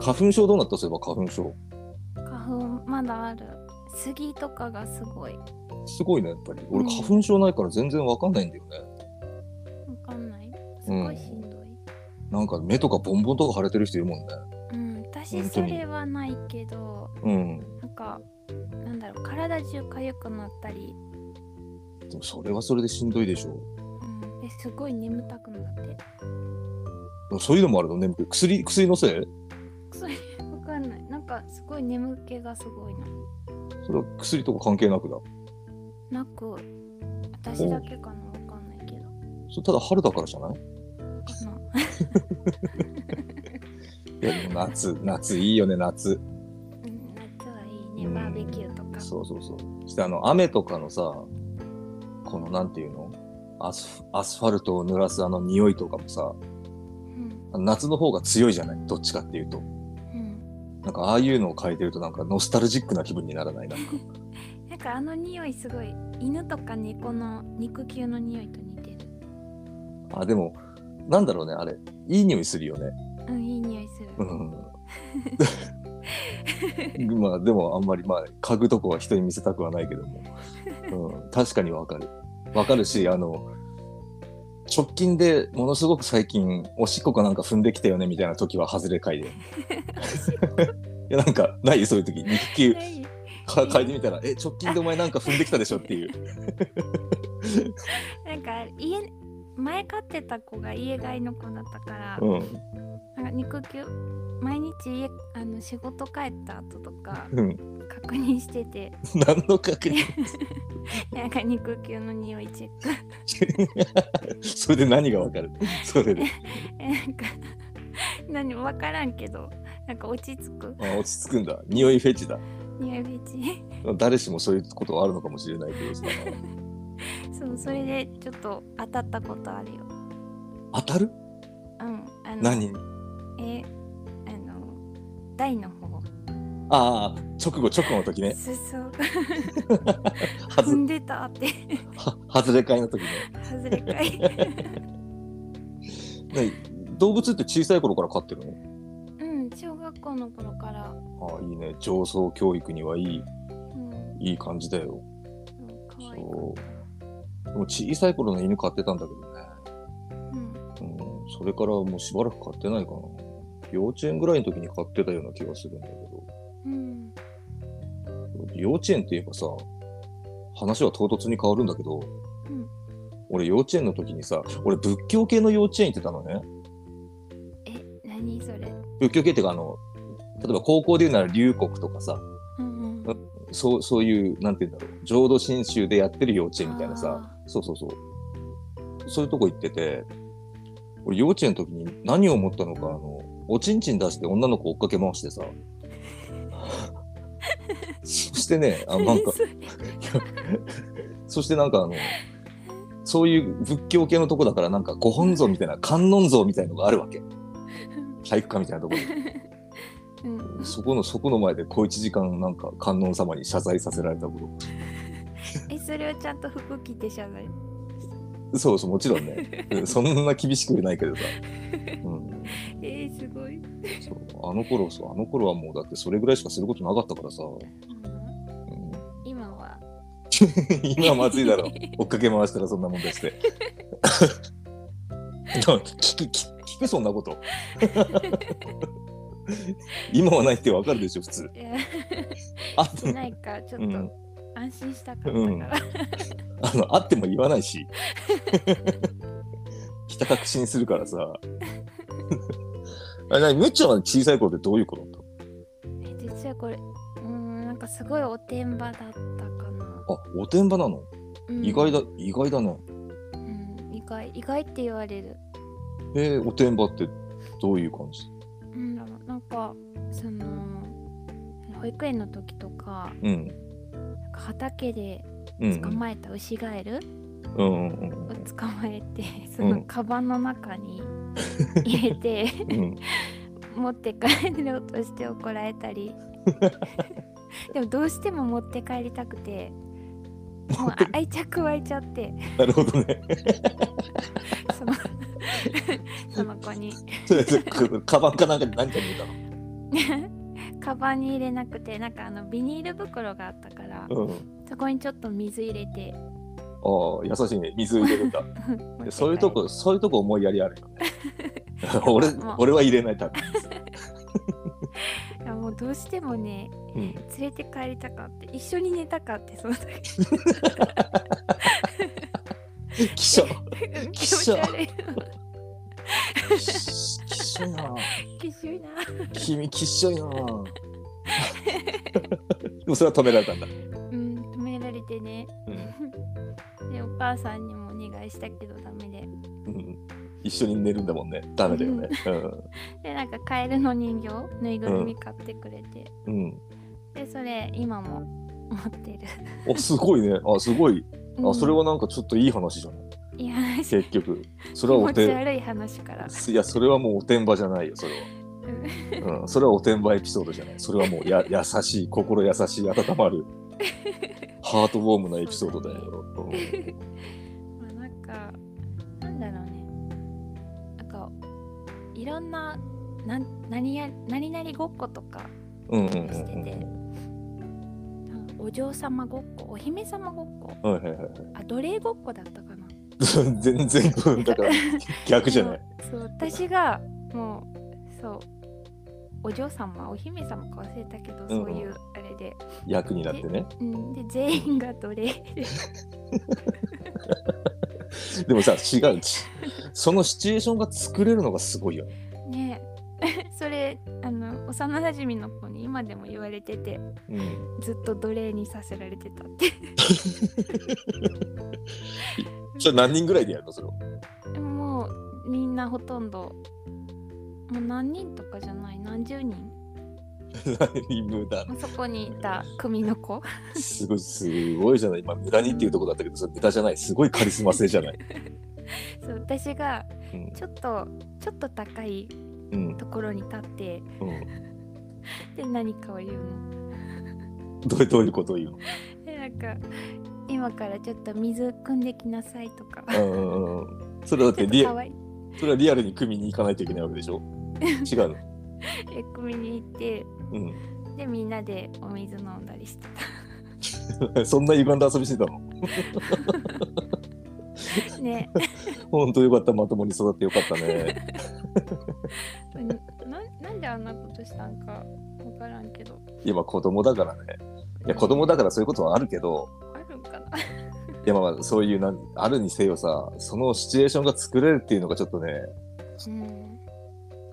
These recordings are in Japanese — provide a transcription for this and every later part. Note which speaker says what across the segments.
Speaker 1: 花粉症どうなったそういえば花粉症。
Speaker 2: 花粉まだある杉とかがすごいわ
Speaker 1: すごいね、やっぱり。
Speaker 2: う
Speaker 1: 俺
Speaker 2: ん
Speaker 1: 花粉症ないから全然わかんないんだよね。
Speaker 2: かんないすごいしんどい
Speaker 1: なんか目とかボンボンとか腫れてる人いるもんね。
Speaker 2: うん、私
Speaker 1: 本
Speaker 2: そ
Speaker 1: 当に
Speaker 2: れはないけど
Speaker 1: うん。
Speaker 2: なんかなんだろう体中痒くなったり、
Speaker 1: でもそれはそれでしんどいでしょう。
Speaker 2: うん、ですごい眠たくなって
Speaker 1: でもそういうのもあるの眠気。薬、薬のせい
Speaker 2: それわかんないなんかすごい眠気がすごいな
Speaker 1: それは薬とか関係なくだ。
Speaker 2: なく私だけかなわかんないけど
Speaker 1: それただ春だからじゃない
Speaker 2: かない
Speaker 1: やでも夏、夏いいよね、夏。
Speaker 2: うん夏はいいね
Speaker 1: うん
Speaker 2: バーベキューとか
Speaker 1: そうそうそう。そしてあの、雨とかのさ、このなんていうのアスフアスファルトを濡らすあの匂いとかもさ、
Speaker 2: うん
Speaker 1: 夏の方が強いじゃないどっちかっていうと。
Speaker 2: うん
Speaker 1: なんかああいうのを書いてるとなんかノスタルジックな気分にならないなんか。
Speaker 2: なんかあの匂いすごい犬とか猫の肉球の匂いと似てる
Speaker 1: あ、でも、なんだろうね、あれ。いい匂いするよね。
Speaker 2: うんいい匂いする
Speaker 1: うん。まあでもあんまりまあ嗅ぐとこは人に見せたくはないけども、うん、確かにわかるわかるしあの直近でものすごく最近おしっこかなんか踏んできたよねみたいな時は外れ 嗅いでいやなんかないそういう時肉球
Speaker 2: ないよ
Speaker 1: か嗅いでみたら「え直近でお前なんか踏んできたでしょ」っていう
Speaker 2: なんか家前飼ってた子が家外の子だったから、
Speaker 1: うん
Speaker 2: なんか肉球毎日家あの仕事帰った後とか
Speaker 1: うん
Speaker 2: 確認してて
Speaker 1: 何の確認
Speaker 2: なんか肉球の匂いチェッ ク
Speaker 1: それで何がわかるそれで
Speaker 2: え なんか何分からんけどなんか落ち着く
Speaker 1: あ落ち着くんだ匂いフェチだ
Speaker 2: 匂いフェチ
Speaker 1: 誰しもそういうことはあるのかもしれないけどさ
Speaker 2: そうそれでちょっと当たったことあるよ
Speaker 1: 当たる
Speaker 2: うんあの
Speaker 1: 何
Speaker 2: えあの台の方
Speaker 1: ああ直後直後の時ね
Speaker 2: すそう
Speaker 1: は
Speaker 2: 踏
Speaker 1: ず
Speaker 2: んでたって
Speaker 1: は外れ替えの時ね
Speaker 2: 外れかい
Speaker 1: ね動物って小さい頃から飼ってるの
Speaker 2: うん小学校の頃から
Speaker 1: ああいいね上層教育にはいい
Speaker 2: うん
Speaker 1: いい感じだよ
Speaker 2: うん可愛い
Speaker 1: そうでも小さい頃の犬飼ってたんだけどね、
Speaker 2: うん
Speaker 1: うん、それからもうしばらく飼ってないかな幼稚園ぐらいの時に飼ってたような気がするんだけど
Speaker 2: うん
Speaker 1: 幼稚園って言えばさ話は唐突に変わるんだけど、
Speaker 2: うん
Speaker 1: 俺幼稚園の時にさ俺仏教系の幼稚園行ってたのね
Speaker 2: え何それ
Speaker 1: 仏教系っていうかあの例えば高校で言うなら龍谷とかさ
Speaker 2: うんうん
Speaker 1: そうそういうなんて言うんだろう浄土真宗でやってる幼稚園みたいなさ
Speaker 2: あ
Speaker 1: そうそうそうそういうとこ行ってて俺幼稚園の時に何を思ったのかあのおちんちん出して女の子追っかけ回してさ そしてねあ
Speaker 2: ー
Speaker 1: なんか
Speaker 2: それ
Speaker 1: そしてなんかあの、そういう仏教系のとこだからなんかご本尊みたいな観音像みたいのがあるわけ。体育館みたいなとこ
Speaker 2: うん
Speaker 1: に。そこの、そこの前で小一時間なんか観音様に謝罪させられたこ
Speaker 2: えそれをちゃんと服着て謝罪
Speaker 1: と。そうそう、もちろんね。うんそんな厳しくないけどさ。うん。
Speaker 2: えー、すごい、うん
Speaker 1: そう。あの頃、そう、あの頃はもうだってそれぐらいしかすることなかったからさ。うん、
Speaker 2: 今は
Speaker 1: 今はまずいだろ。追っかけ回したらそんな問題して。 聞く、聞く、聞くそんなこと。 今はないってわかるでしょ、普通。
Speaker 2: いや
Speaker 1: あ
Speaker 2: しないかちょっと
Speaker 1: うん
Speaker 2: 安心したかったから、
Speaker 1: あの、あっても言わないし。 ひた確信するからさ。 あれ、なにむっちゃんは小さい頃ってどういう子だったの
Speaker 2: え実はこれうーんなんかすごいおてんばだったかな、
Speaker 1: あ、おてんばなの、
Speaker 2: うん
Speaker 1: 意外だ、意外だね。
Speaker 2: うん、意外意外って言われる、
Speaker 1: えー、おてんばってどういう感じ
Speaker 2: うん、なんかその保育園の時とか
Speaker 1: うん。
Speaker 2: なんか畑で
Speaker 1: うんうん。
Speaker 2: 捕まえたウシガエル
Speaker 1: うんうんうん
Speaker 2: を捕まえて、そのカバンの中に入れて、
Speaker 1: うん。うん
Speaker 2: 持って帰ろうとして怒られた りでもどうしても持って帰りたくてもう愛着湧いちゃって
Speaker 1: なるほどね。
Speaker 2: そのその子に
Speaker 1: とりあえず、カバンかなんかに何か見えたの。
Speaker 2: カバンに入れなくてなんかあのビニール袋があったから
Speaker 1: うん、
Speaker 2: そこにちょっと水入れて
Speaker 1: ああ優しいね水入れるんだ
Speaker 2: 持って帰る
Speaker 1: そういうとこそういうとこ思いやりあるよね 俺
Speaker 2: もう
Speaker 1: 俺は入れないタイプ、
Speaker 2: いやもうどうしてもね
Speaker 1: うん、
Speaker 2: 連れて帰りたかって一緒に寝たかってその時
Speaker 1: 気象
Speaker 2: 気持ち悪い
Speaker 1: きっしょいな
Speaker 2: きしゅいな
Speaker 1: 君きっしょいな でもそれは止められたんだ、
Speaker 2: うん止められてね
Speaker 1: うん
Speaker 2: でお母さんにもお願いしたけどダメで
Speaker 1: うん、一緒に寝るんだもんねダメだよね
Speaker 2: でなんかカエルの人形ぬいぐるみ買ってくれて、
Speaker 1: うん、うん、
Speaker 2: でそれ今も持ってる
Speaker 1: おすごいねあすごいあそれ
Speaker 2: を
Speaker 1: はなんかちょっといい話じゃない
Speaker 2: いや話
Speaker 1: 結局そ
Speaker 2: 気
Speaker 1: れはお
Speaker 2: 持ち
Speaker 1: て
Speaker 2: 悪い話から
Speaker 1: いやそれはもうおてんばじゃないよそれはうん、それはおてんばエピソードじゃない。それはもう や優しい、心優しい、温まる、ハートウォームなエピソードだよ。
Speaker 2: まあなんかなんだろうねなんかいろんななん何や何々ごっことか
Speaker 1: うんうんうん
Speaker 2: してて、なんかお嬢様ごっこお姫様ごっこ
Speaker 1: うん。はいはいはいはい。
Speaker 2: あ奴隷ごっこだったかな
Speaker 1: 全然こうだから逆じゃない。
Speaker 2: そう私がもうそうお嬢様お姫様か忘れたけど、そういうあれで、
Speaker 1: 役になってね。
Speaker 2: うん、で全員が奴隷 で
Speaker 1: でもさ、違う。ちそのシチュエーションが作れるのがすごいよね。
Speaker 2: ね それあの幼なじみの子に今でも言われてて
Speaker 1: うん、
Speaker 2: ずっと奴隷にさせられてたって
Speaker 1: それ何人ぐらいでやるのそれを。
Speaker 2: もうみんなほとんどもう何人とかじゃない何十人
Speaker 1: 何人分だ
Speaker 2: もうそこにいた組の子
Speaker 1: すごい、すごいじゃない。今、無駄にっていうところだったけど、それ無駄じゃない。すごいカリスマ性じゃない。
Speaker 2: そう私が
Speaker 1: うん
Speaker 2: ちょっとちょっと高い
Speaker 1: うん。
Speaker 2: ところに立って
Speaker 1: うん、
Speaker 2: で何かを言うの
Speaker 1: どうどういうことを言うの
Speaker 2: でなんか今からちょっと水汲んできなさいとか
Speaker 1: うんうんうんそれだっ
Speaker 2: ちょ
Speaker 1: て
Speaker 2: っと
Speaker 1: リア
Speaker 2: かわいい
Speaker 1: それはリアルに組みに行かないといけないわけでしょ違うの、
Speaker 2: 組に行って
Speaker 1: う
Speaker 2: でみんなでお水飲んだり して
Speaker 1: ん、 そんな歪んだ遊びしてたの
Speaker 2: たね
Speaker 1: 本当よかったまともに育ってよかったね
Speaker 2: ななんであんなことしたんか分からんけど
Speaker 1: 今子供だからねいや子供だからそういうことはあるけど
Speaker 2: あるんかない
Speaker 1: やまあまあそういうなんあるにせよさそのシチュエーションが作れるっていうのがちょっとね
Speaker 2: うん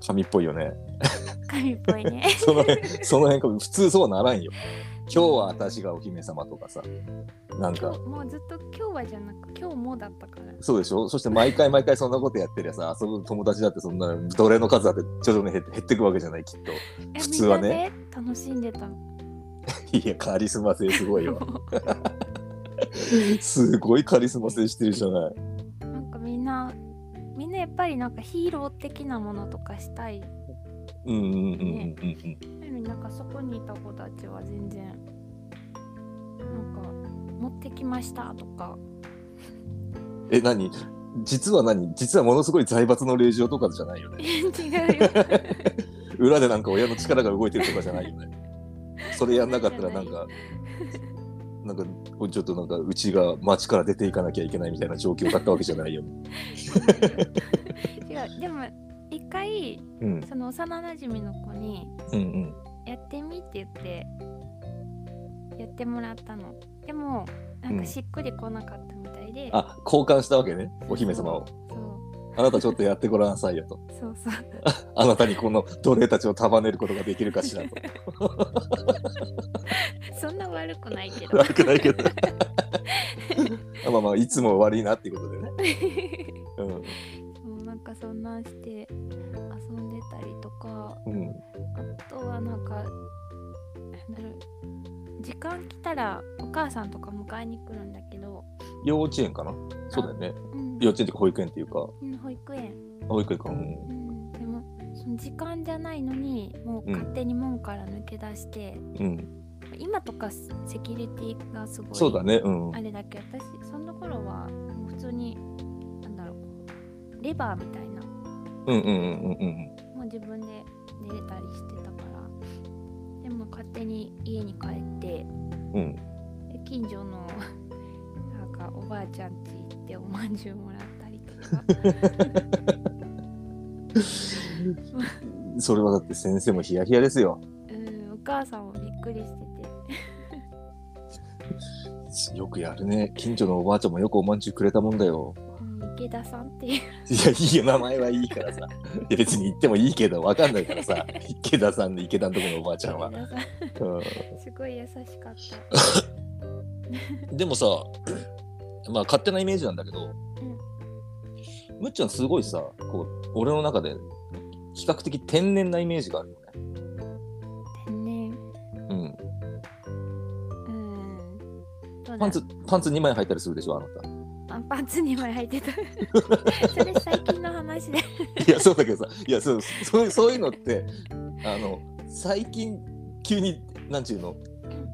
Speaker 1: 神っぽいよね
Speaker 2: 神っぽいね
Speaker 1: その辺その辺普通そうはならんよ今日は私がお姫様とかさなん
Speaker 2: 今
Speaker 1: か
Speaker 2: 日もうずっと今日はじゃなく今日もだったから
Speaker 1: そうでしょそして毎回毎回そんなことやってりゃさ遊ぶ友達だってそんな奴隷の数だって徐々に減って減ってくわけじゃないきっと
Speaker 2: え
Speaker 1: 普通はね
Speaker 2: みんなで楽しんでたの
Speaker 1: いや、カリスマ性すごいよ。 すごいカリスマ性してるじゃない。
Speaker 2: なんかみんなみんなやっぱりなんかヒーロー的なものとかしたい
Speaker 1: うんうんうんうんうん
Speaker 2: でもなんかそこにいた子たちは全然なんか持ってきましたとか
Speaker 1: う ん。え、何実は何実はものすごい財閥の令嬢とかじゃないよね。
Speaker 2: 違うよ
Speaker 1: 裏でなんか親の力が動いてるとかじゃないよね。それやんなかったらなんか、なんかちょっとなんかうちが町から出ていかなきゃいけないみたいな状況だったわけじゃないよね。
Speaker 2: 違うでも一回
Speaker 1: うん
Speaker 2: その幼なじみの子に
Speaker 1: うんうん。
Speaker 2: やってみって言ってやってもらったのでもなんかしっくりこなかったみたいで、
Speaker 1: あ、交換したわけね。お姫様を。あなたちょっとやってごらんなさいよと。
Speaker 2: そうそうそう そう
Speaker 1: あなたにこの奴隷たちを束ねることができるかしらと。
Speaker 2: そんな悪くないけ ど
Speaker 1: 悪くないけどまあまあいつも悪いなっていうことでね、
Speaker 2: もうなんかそんなんして遊んでたりとか
Speaker 1: うんうん、
Speaker 2: あとはなんかなんだろう時間来たらお母さんとか迎えに来るんだけど、
Speaker 1: 幼稚園かなそうだよね
Speaker 2: うん
Speaker 1: 幼稚園っていうか保育園っていうか
Speaker 2: うん保育園、
Speaker 1: 保育園かうん
Speaker 2: うん、でもその時間じゃないのにも
Speaker 1: うん
Speaker 2: う勝手に門から抜け出して、
Speaker 1: うん
Speaker 2: 今とかセキュリティがすごい
Speaker 1: そうだねうん
Speaker 2: あれだけど私その頃はもう普通になんだろうレバーみたいな
Speaker 1: うんうんうんうんうん
Speaker 2: もう自分で出れたりしてたからも勝手に家に帰って
Speaker 1: うん。
Speaker 2: で近所の なんかおばあちゃんち行っておまんじゅうもらったりと か
Speaker 1: それはだって先生もヒヤヒヤですよ。
Speaker 2: うんお母さんもびっくりしてて
Speaker 1: よくやるね。近所のおばあちゃんもよくおまんじゅうくれたもんだよ。
Speaker 2: うん池田さんっていう
Speaker 1: いや、いいよ、名前はいいからさ。いや別に言ってもいいけど、わかんないから さ。池田さんの池田のところのおばあちゃんは。
Speaker 2: 池田さ
Speaker 1: うん
Speaker 2: すごい優しかった
Speaker 1: ん、でも さ、まあ勝手なイメージなんだけど、むっちゃんすごいさ、こう、俺の中で比較的天然なイメージがあるよね。
Speaker 2: 天然
Speaker 1: うん。
Speaker 2: うんどうだろう
Speaker 1: パンツ、パンツ2枚履いたりするでしょ、あなた。
Speaker 2: あパンツ2枚履いて たそれ最近の話で
Speaker 1: いや、そうだけどさ、いや、そう、そうそういうのって、あの、最近、急に、なんちゅうの、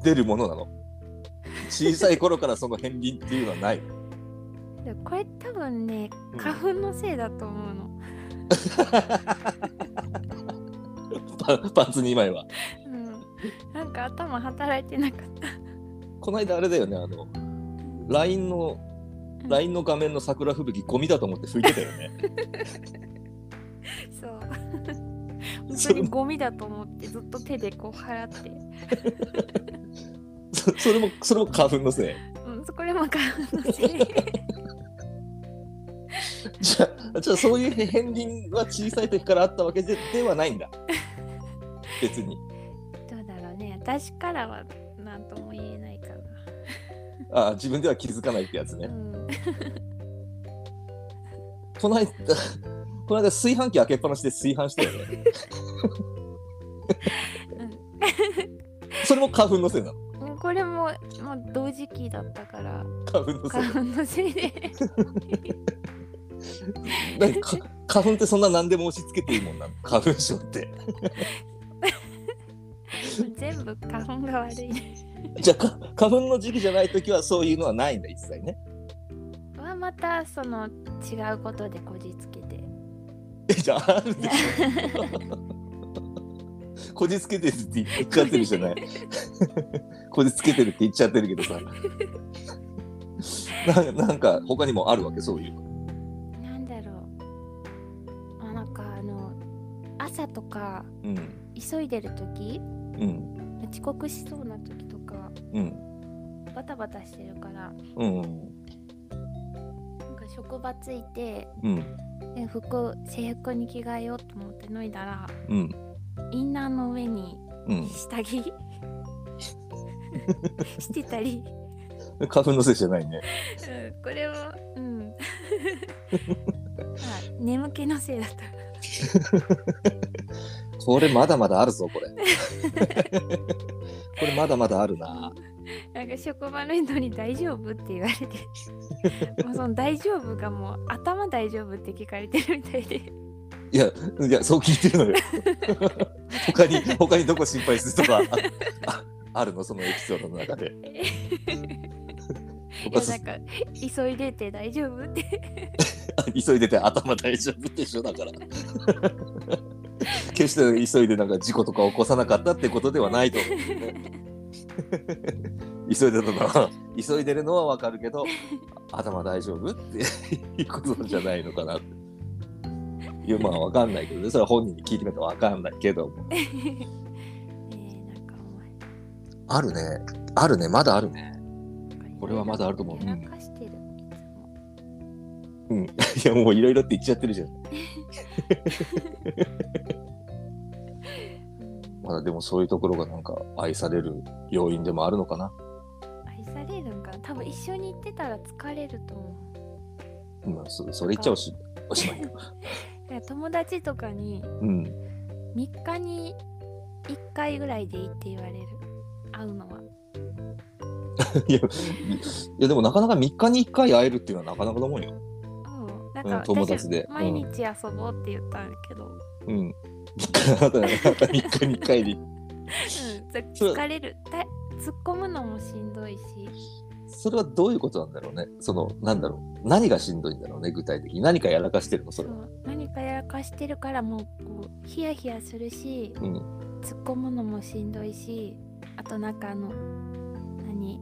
Speaker 1: 出るものな の。小さい頃からその片鱗っていうのはない。
Speaker 2: でもこれ多分ね花粉のせいだと思うの、
Speaker 1: パンパンツ2枚は。
Speaker 2: うん、なんか頭働いてなかった
Speaker 1: この間あれだよね、あの、LINE の、
Speaker 2: ん
Speaker 1: LINE の画面の桜吹雪、ゴミだと思って拭いてたよね。
Speaker 2: そう 本
Speaker 1: そ
Speaker 2: 当
Speaker 1: う
Speaker 2: にゴミだと思ってずっと手でこう払 って、
Speaker 1: そそれも、それも花粉のせい。
Speaker 2: うん、そこでも花粉の せい
Speaker 1: じゃあ、じゃあそういう片鱗は小さい時からあったわけでではないんだ。別に。
Speaker 2: どうだろうね私からは何とも言えないかな、
Speaker 1: あ自分では気づかないってやつね
Speaker 2: う。ん、
Speaker 1: この間、 この間炊飯器開けっぱなしで炊飯したよね。それも花粉のせいなの。
Speaker 2: もうこれももう同時期だったから
Speaker 1: 花粉のせい
Speaker 2: 花。粉のせいで
Speaker 1: なんかか花粉ってそんな何でも押し付けていいもんなの。花粉症って。
Speaker 2: 全部花粉が悪い
Speaker 1: じゃあか花粉の時期じゃない時はそういうのはないんだ一切ね。
Speaker 2: はまたその違うことでこじつけて
Speaker 1: えじゃああるでしょ。こじつけてるって言っちゃってるじゃない。 こじつけてるって言っちゃってるけどさ。 なんかなんか他にもあるわけそういうの。
Speaker 2: なんだろうあなんかあの朝とか
Speaker 1: うん
Speaker 2: 急いでる時
Speaker 1: うん
Speaker 2: 遅刻しそうな時とか
Speaker 1: うん
Speaker 2: バタバタしてるから
Speaker 1: うんうん
Speaker 2: なんか職場着いて
Speaker 1: うん
Speaker 2: で服制服に着替えようと思って脱いだら
Speaker 1: うん
Speaker 2: インナーの上に
Speaker 1: うん。
Speaker 2: 下着してたり、
Speaker 1: 花粉のせいじゃないね。
Speaker 2: うん、これはうんまあ眠気のせいだった
Speaker 1: これまだまだあるぞこれ。 これまだまだあるな。
Speaker 2: なんか職場の人に大丈夫って言われてもうその大丈夫がもう頭大丈夫って聞かれてるみたいで
Speaker 1: いやいやそう聞いてるのよ。 他に他にどこ心配するとかあああるのそのエピソードの中 で。
Speaker 2: い
Speaker 1: 他
Speaker 2: や
Speaker 1: す
Speaker 2: なんか急いでて大丈夫って
Speaker 1: 急いでて頭大丈夫でしょだから。決して急いでなんか事故とか起こさなかったってことではないと思うけどね。急いでたのは急いでるのはわかるけど頭大丈夫っていうことじゃないのかなって。いやまあわかんないけどねそれは本人に聞いてみたらわかんないけども。
Speaker 2: えー、なんかお前
Speaker 1: あるねあるねまだあるね。これはまだあると思う
Speaker 2: やらかしてるいつも
Speaker 1: うん、 いやもういろいろって言っちゃってるじゃん。
Speaker 2: うん
Speaker 1: まだでもそういうところがなんか愛される要因でもあるのかな。
Speaker 2: 愛されるんかな多分一緒に行ってたら疲れると思
Speaker 1: まあそそれ言っちゃおしおしまいよ。
Speaker 2: うなんか友達とかに
Speaker 1: うん
Speaker 2: 3日に1回ぐらいでいいって言われる会うのはい
Speaker 1: や、いやでもなかなか3日に1回会えるっていうのはなかなかだもんよ。
Speaker 2: うんなん
Speaker 1: う
Speaker 2: か
Speaker 1: ん友達で
Speaker 2: 私毎日遊ぼうって言ったんだけど、
Speaker 1: うん。3日に3日に1回で。
Speaker 2: うんざ
Speaker 1: それ
Speaker 2: 疲れるだ突っ込むのもしんどいし
Speaker 1: それはどういうことなんだろうね。その、なんだろう。何がしんどいんだろうね、具体的に。何かやらかしてるの、それは。
Speaker 2: そう何かやらかしてるからもうこうヒヤヒヤするし
Speaker 1: うん。
Speaker 2: 突っ込むのもしんどいしあとなんかあの何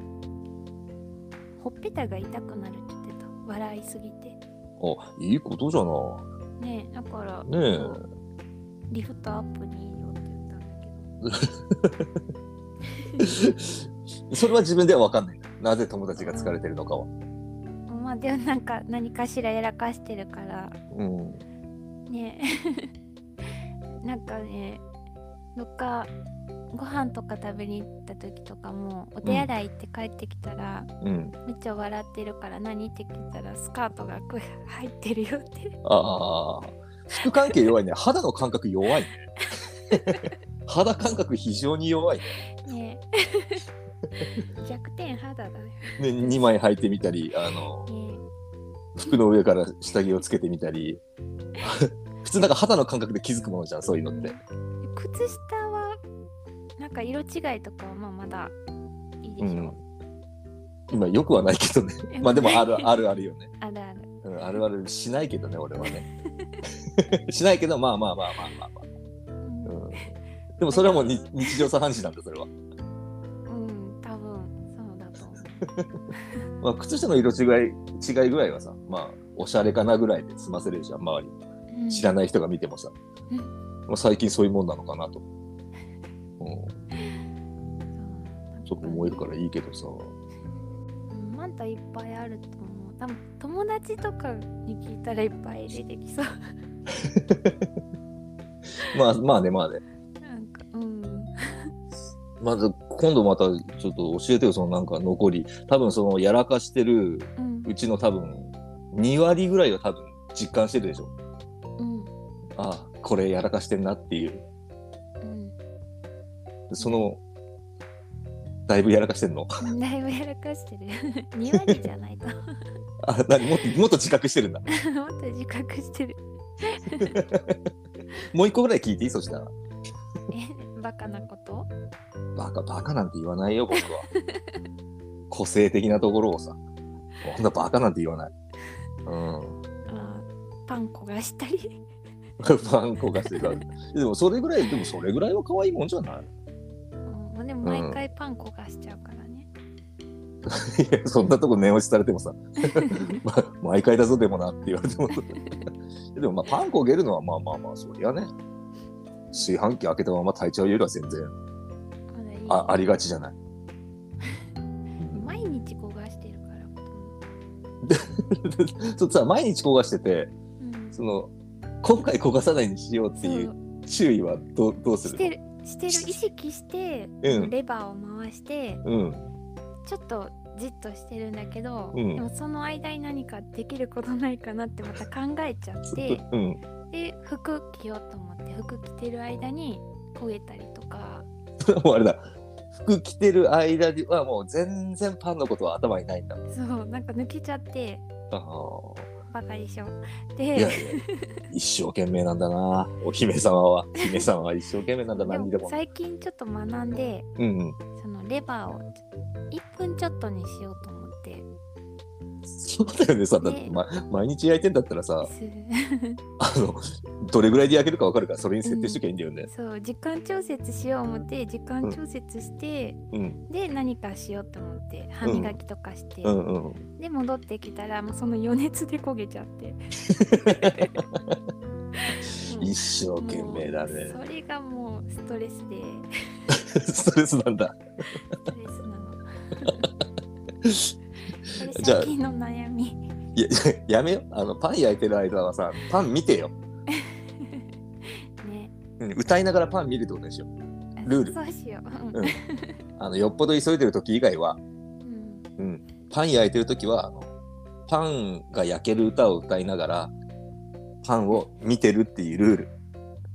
Speaker 2: ほっぺたが痛くなるって言ってた笑いすぎて
Speaker 1: あいいことじゃな
Speaker 2: ねえだから
Speaker 1: ねえ
Speaker 2: そうリフトアップにいいよって言ったんだけど
Speaker 1: いそれは自分では分かんないなぜ友達が疲れてるのかは
Speaker 2: まあでもなんか何かしらやらかしてるから
Speaker 1: うん
Speaker 2: ね なんかねどっかご飯とか食べに行った時とかもお手洗い行って帰ってきたら、
Speaker 1: うん
Speaker 2: めっちゃ笑ってるから何って聞いたらスカートがこう入ってるよって
Speaker 1: ああ服関係弱いね肌の感覚弱いね 肌感覚非常に弱いね
Speaker 2: ね 弱点肌だね
Speaker 1: ね2枚履いてみたりあの
Speaker 2: ね
Speaker 1: 服の上から下着をつけてみたり 普通なんか肌の感覚で気づくものじゃんそういうのって
Speaker 2: 靴下はなんか色違いとかはまあまだいいでしょ、
Speaker 1: 今よくはないけどねまあでもあるあるあるよね、
Speaker 2: あるある
Speaker 1: うん、あるあるしないけどね俺はね しないけどまあまあまあまあまあ、まあ
Speaker 2: うん、
Speaker 1: うん、でもそれはもう日日常茶飯事なんだそれは、
Speaker 2: うん、多分そうだと思う
Speaker 1: まあ、靴下の色違い違いぐらいはさまあおしゃれかなぐらいで済ませれるじゃん周り
Speaker 2: うん
Speaker 1: 知らない人が見てもさ、
Speaker 2: うん
Speaker 1: まあ、最近そういうもんなのかな と、うん、そう思えるからいいけどさ
Speaker 2: うんまだいっぱいあると思う多分友達とかに聞いたらいっぱい出てきそう
Speaker 1: まあまあねまあね
Speaker 2: なんかうん
Speaker 1: まず今度またちょっと教えてよそのなんか残り多分そのやらかしてる
Speaker 2: うん
Speaker 1: うちの多分2割ぐらいは多分実感してるでしょ
Speaker 2: うん
Speaker 1: ああこれやらかしてんなっていう
Speaker 2: うん
Speaker 1: そのだいぶやらかしてんの
Speaker 2: だいぶやらかしてる 2割じゃないとも
Speaker 1: あなもっともっと自覚してるんだ
Speaker 2: っと自覚してる
Speaker 1: もう一個ぐらい聞いていいそしたら
Speaker 2: えバカなこと
Speaker 1: バカバカなんて言わないよ僕 は個性的なところをさこんなバカなんて言わないうん
Speaker 2: あーパン焦がしたり
Speaker 1: パン焦がしてる でもそれぐらいでもそれぐらいは可愛いもんじゃない
Speaker 2: うんでも毎回パン焦がしちゃうからね、
Speaker 1: いや そんなとこ念押しされてもさ、 ま毎回だぞでもなって言われて もでもまあパン焦げるのはまあまあまあそりゃね炊飯器開けたまま炊いちゃうよりは全然
Speaker 2: まだいい
Speaker 1: あありがちじゃ ないうん
Speaker 2: 毎日焦がしてるからうん
Speaker 1: ちょっとさ毎日焦がしてて
Speaker 2: うん
Speaker 1: その今回焦がさないにしようっていう注意はどうどうす
Speaker 2: し
Speaker 1: る
Speaker 2: てるしてる意識して、
Speaker 1: うん
Speaker 2: レバーを回して
Speaker 1: うん
Speaker 2: ちょっとじっとしてるんだけど、
Speaker 1: うん
Speaker 2: でもその間に何かできることないかなってまた考えちゃって
Speaker 1: うん
Speaker 2: で服着ようと思って服着てる間に焦げたりとか
Speaker 1: それはもうあれだ服着てる間にはもう全然パンのことは頭にないんだ
Speaker 2: そうなんか抜けちゃって
Speaker 1: あー
Speaker 2: バカでしょ
Speaker 1: いや
Speaker 2: で
Speaker 1: いや一生懸命なんだなお姫様は姫様は一生懸命なんだ
Speaker 2: で
Speaker 1: 何にで
Speaker 2: も
Speaker 1: も
Speaker 2: 最近ちょっと学んで
Speaker 1: うんうん
Speaker 2: そのレバーを1分ちょっとにしようと思って
Speaker 1: そうだよねさだって、ま、毎日焼いてんだったらさ
Speaker 2: す
Speaker 1: あのどれぐらいで焼けるか分かるからそれに設定しときゃいいんだよね
Speaker 2: そう時間調節しよう思って時間調節して、
Speaker 1: うん
Speaker 2: で何かしようと思って歯磨きとかして、
Speaker 1: うんうん
Speaker 2: で戻ってきたらもうその余熱で焦げち ゃって、うん
Speaker 1: 一生懸命だね
Speaker 2: もうそれがもうストレスで
Speaker 1: ス トレスなんだ
Speaker 2: ストレスな のそれ
Speaker 1: じゃあ
Speaker 2: 最近の悩み
Speaker 1: いややめよあのパン焼いてる間はさパン見てよ、
Speaker 2: ね
Speaker 1: うん歌いながらパン見るってことでしょルール
Speaker 2: そうしよう、
Speaker 1: あのよっぽど急いでる時以外は
Speaker 2: うん
Speaker 1: パン焼いてる時はあのパンが焼ける歌を歌いながらパンを見てるっていうルール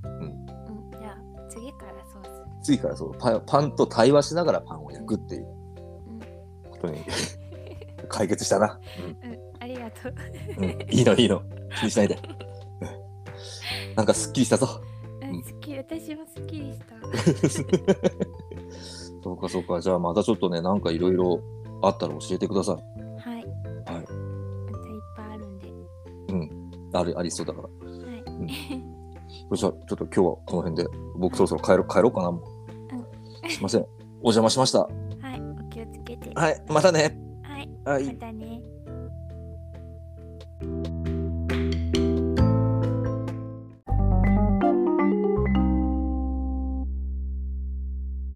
Speaker 2: うん、じゃあ次からそうする
Speaker 1: 次からそうパンパンと対話しながらパンを焼くっていうことに解決したな、
Speaker 2: うん、ありがとう、
Speaker 1: うんうんいいのいいの気にしないでうんなんかすっきりしたぞ
Speaker 2: うん
Speaker 1: うん
Speaker 2: すっきり私もすっき りした
Speaker 1: そうかそうかじゃあまたちょっとねなんかいろいろあったら教えてください
Speaker 2: はい。はい。またいっぱいあるんで。
Speaker 1: あるありそうだから
Speaker 2: はい。
Speaker 1: じゃあ、ちょっと今日はこの辺で、僕そろそろ帰ろう、帰ろうかな、もう。すいません。お邪魔しました。
Speaker 2: はい、お気をつけて。
Speaker 1: はい、またね。
Speaker 2: は
Speaker 1: は
Speaker 2: い、ま
Speaker 1: い。
Speaker 2: たね。